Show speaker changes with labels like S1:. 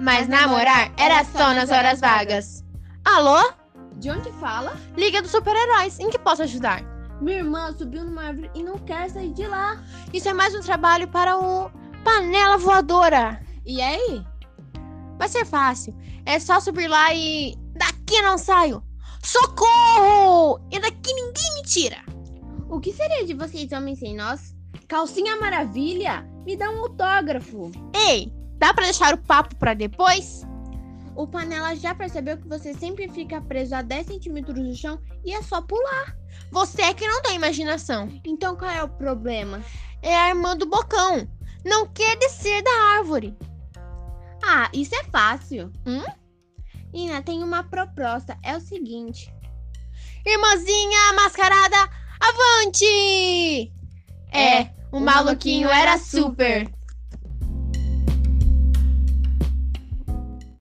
S1: Mas namorar era só nas horas vagas. Alô?
S2: De onde fala?
S1: Liga dos Super-Heróis, em que posso ajudar?
S2: Minha irmã subiu numa árvore e não quer sair de lá.
S1: Isso é mais um trabalho para o Panela Voadora.
S2: E aí?
S1: Vai ser fácil. É só subir lá e. Daqui não saio! Socorro! E daqui ninguém me tira!
S2: O que seria de vocês homens sem nós? Calcinha maravilha? Me dá um autógrafo.
S1: Ei, dá pra deixar o papo pra depois?
S2: O Panela já percebeu que você sempre fica preso a 10 centímetros do chão e é só pular.
S1: Você é que não tem imaginação.
S2: Então qual é o problema?
S1: É a irmã do bocão. Não quer descer da árvore.
S2: Ah, isso é fácil.
S1: Hum?
S2: Ina, tem uma proposta. É o seguinte.
S1: Irmãzinha mascarada, avante! É, o maluquinho era super.